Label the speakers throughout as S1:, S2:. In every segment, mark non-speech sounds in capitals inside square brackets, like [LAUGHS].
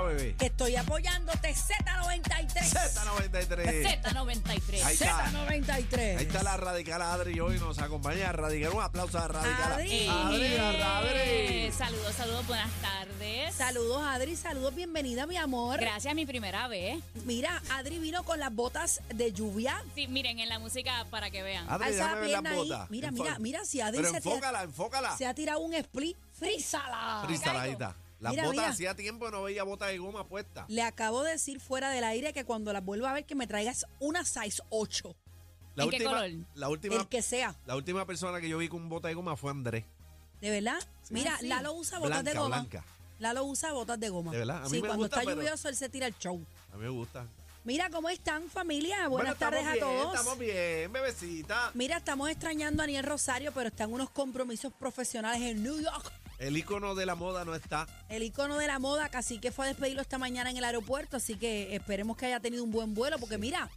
S1: Z93.
S2: Estoy apoyándote Z93.
S1: Z93.
S3: Z93.
S1: Ahí está. Ahí está
S2: Z93.
S1: la radical Adri hoy nos acompaña Radical. Un aplauso a Radical.
S2: Adri.
S1: Adri,
S3: Eh,
S1: Adri.
S3: Saludos, saludos, buenas tardes.
S2: Saludos, Adri. Saludos, bienvenida, mi amor.
S3: Gracias, mi primera vez.
S2: Mira, Adri vino con las botas de lluvia.
S3: Sí, miren, en la música para que vean.
S1: Adri,
S2: Alza
S1: déjame
S2: la
S1: ver las
S2: pierna ahí.
S1: botas.
S2: Mira,
S1: Enfo-
S2: mira, mira, si Adri
S1: Pero
S2: se tira-
S1: enfócala, enfócala.
S2: Se ha tirado un split. ¡Frízala!
S1: Rízala, ahí
S3: Caigo.
S1: está. Las
S2: Mira,
S1: botas,
S2: mira.
S1: hacía tiempo que no veía botas de goma puestas.
S2: Le acabo de decir fuera del aire que cuando las vuelva a ver que me traigas una size 8.
S1: La
S3: ¿En qué
S1: última,
S3: color?
S1: La última,
S2: El que sea.
S1: la última persona que yo vi con bota de goma fue Andrés.
S2: ¿De verdad? Mira,
S3: Ah, sí.
S2: Lalo usa botas
S1: Blanca,
S2: de goma.
S1: blanca.
S2: Lalo usa botas de goma.
S1: ¿De verdad? A mí
S2: sí,
S1: me
S2: cuando
S1: gusta,
S2: está
S1: pero-
S2: lluvioso él se tira el show.
S1: A mí me gusta.
S2: Mira, ¿cómo están, familia?
S1: Bueno,
S2: Buenas tardes
S1: estamos bien,
S2: a todos.
S1: Estamos bien, bebecita.
S2: Mira, estamos extrañando a Aniel Rosario, pero están unos compromisos profesionales en New York.
S1: El icono de la moda no está.
S2: El icono de la moda, casi que fue a despedirlo esta mañana en el aeropuerto, así que esperemos que haya tenido un buen vuelo, porque mira,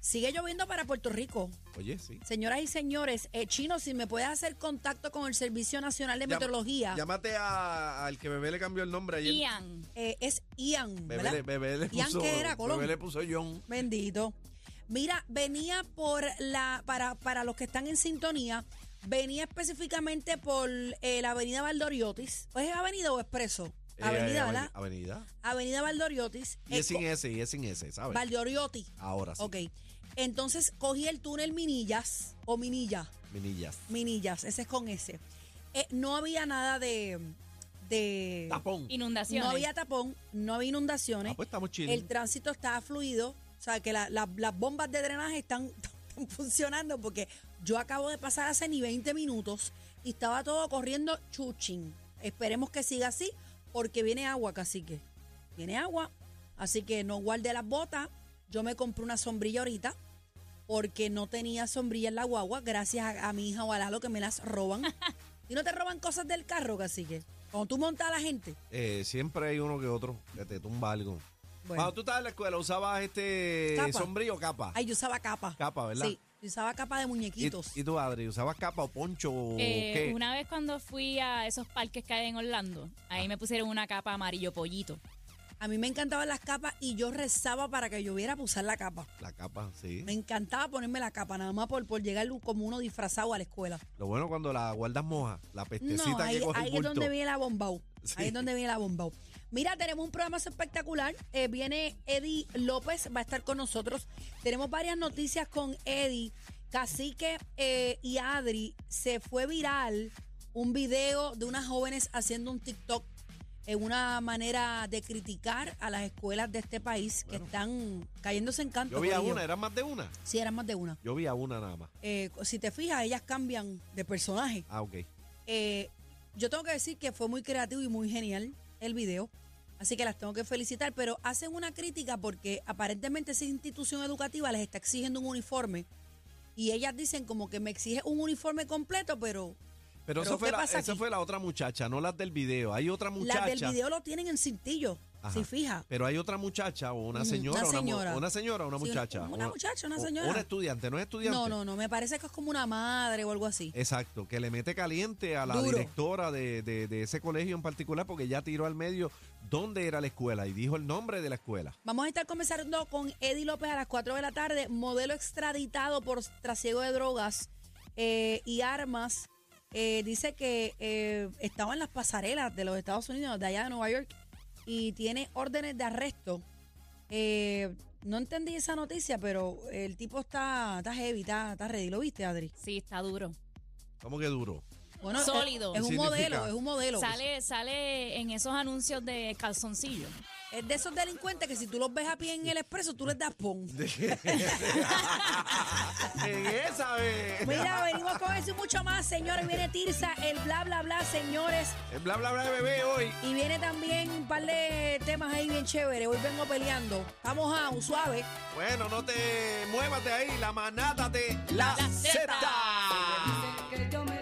S2: sigue lloviendo para Puerto Rico.
S1: Oye, sí.
S2: Señoras y señores, eh, Chino, si me puedes hacer contacto con el Servicio Nacional de
S1: Llama-
S2: Meteorología,
S1: Llámate a- al que bebé le cambió el nombre ayer.
S3: Ian,
S2: eh, es Ian,
S1: Bebé, le,
S2: ¿verdad?
S1: bebé le
S2: Ian,
S1: puso.
S2: ¿qué era, Colón?
S1: bebé le puso John.
S2: Bendito. Mira, venía por la, para, para los que están en sintonía, venía específicamente por eh, la avenida Valdoriotis. ¿O ¿Es avenida o expreso?
S1: Eh,
S2: Avenida,
S1: eh,
S2: ¿verdad?
S1: Avenida.
S2: Avenida Valdoriotis.
S1: Y es
S2: eh,
S1: sin S, y es sin S, ¿sabes?
S2: Valdoriotti.
S1: Ahora sí.
S2: Ok. Entonces cogí el túnel Minillas o Minilla,
S1: Minillas.
S2: Minillas, ese es con ese. Eh, no había nada de. de
S1: Tapón.
S3: inundaciones.
S2: Eh, no había tapón, no había inundaciones.
S1: Ah, pues estamos
S2: el
S1: chilling.
S2: tránsito estaba fluido. O sea, que la- la- las bombas de drenaje están, [LAUGHS] están funcionando porque yo acabo de pasar hace ni 20 minutos y estaba todo corriendo chuchín. Esperemos que siga así porque viene agua, cacique. Viene agua. Así que no guarde las botas. Yo me compré una sombrilla ahorita porque no tenía sombrilla en la guagua gracias a, a mi hija o a Lalo que me las roban. ¿Y no te roban cosas del carro, cacique? Cuando tú montas a la gente.
S1: Eh, siempre hay uno que otro que te tumba algo.
S2: Bueno.
S1: Cuando tú estabas en la escuela, ¿usabas este
S2: Capa.
S1: sombrillo o capa?
S2: Ay, yo usaba capa.
S1: Capa, ¿verdad?
S2: Sí, yo usaba capa de
S1: ¿Y,
S2: muñequitos.
S1: y tú, Adri, usabas capa o poncho o
S3: Eh,
S1: qué?
S3: Una vez cuando fui a esos parques que hay en Orlando, ahí me pusieron una capa amarillo pollito.
S2: a mí me encantaban las capas y yo rezaba para que yo viera para usar la capa.
S1: La capa, sí.
S2: Me encantaba ponerme la capa, nada más por, por llegar como uno disfrazado a la escuela.
S1: Lo bueno cuando la guardas moja, la pestecita
S2: No, ahí,
S1: que coge el
S2: ahí es
S1: bulto.
S2: donde viene
S1: [LAUGHS]
S2: la bombao.
S1: Sí.
S2: Ahí es donde viene la bombao. Mira, tenemos un programa espectacular. Eh, viene Eddie López, va a estar con nosotros. Tenemos varias noticias con Eddie. Cacique eh, y Adri se fue viral un video de unas jóvenes haciendo un TikTok en una manera de criticar a las escuelas de este país que están cayéndose en canto.
S1: Yo vi a
S2: corillo.
S1: una, eran más de una.
S2: Sí, eran más de una.
S1: Yo vi a una nada más.
S2: Eh, si te fijas, ellas cambian de personaje.
S1: Ah, ok.
S2: Eh, yo tengo que decir que fue muy creativo y muy genial el video. Así que las tengo que felicitar, pero hacen una crítica porque aparentemente esa institución educativa les está exigiendo un uniforme y ellas dicen como que me exige un uniforme completo, pero
S1: Pero,
S2: Pero
S1: eso
S2: ¿qué
S1: fue la,
S2: pasa
S1: esa
S2: aquí?
S1: fue la otra muchacha, no las del video. Hay otra muchacha.
S2: las del video lo tienen en cintillo,
S1: Ajá.
S2: si fija.
S1: Pero hay otra muchacha o una
S2: Mm,
S1: señora.
S2: una
S1: mu-
S2: señora.
S1: Una señora o una
S2: Sí, una-
S1: muchacha.
S2: una muchacha, una
S1: o-
S2: señora.
S1: Una estudiante, no es estudiante.
S2: No, no, no, me parece que es como una madre o algo así.
S1: Exacto, que le mete caliente a la
S2: Duro.
S1: directora de, de- de ese colegio en particular porque ya tiró al medio dónde era la escuela y dijo el nombre de la escuela.
S2: Vamos a estar conversando con Eddie López a las 4 de la tarde, modelo extraditado por trasiego de drogas eh, y armas. Eh, dice que eh, estaba en las pasarelas de los Estados Unidos, de allá de Nueva York, y tiene órdenes de arresto. Eh, no entendí esa noticia, pero el tipo está, está heavy, está, está ready. ¿Lo viste, Adri?
S3: Sí, está duro.
S1: ¿Cómo que
S2: [LAUGHS]
S1: duro?
S2: Bueno,
S3: Sólido.
S2: Es, es un
S1: ¿Qué significa?
S2: modelo, es un modelo.
S3: Sale, sale en esos anuncios de calzoncillo.
S2: Es de esos delincuentes que si tú los ves a pie en el expreso, tú les das pon.
S1: en esa vez.
S2: Mira, venimos con eso y mucho más, señores. Viene Tirsa, el bla, bla, bla, señores.
S1: En bla bla bla de bebé hoy.
S2: Y viene también un par de temas ahí bien chéveres. Hoy vengo peleando. Vamos a un suave.
S1: Bueno, no te muévate ahí, la manada de la,
S3: La
S1: Z.
S3: Zeta.
S4: que yo me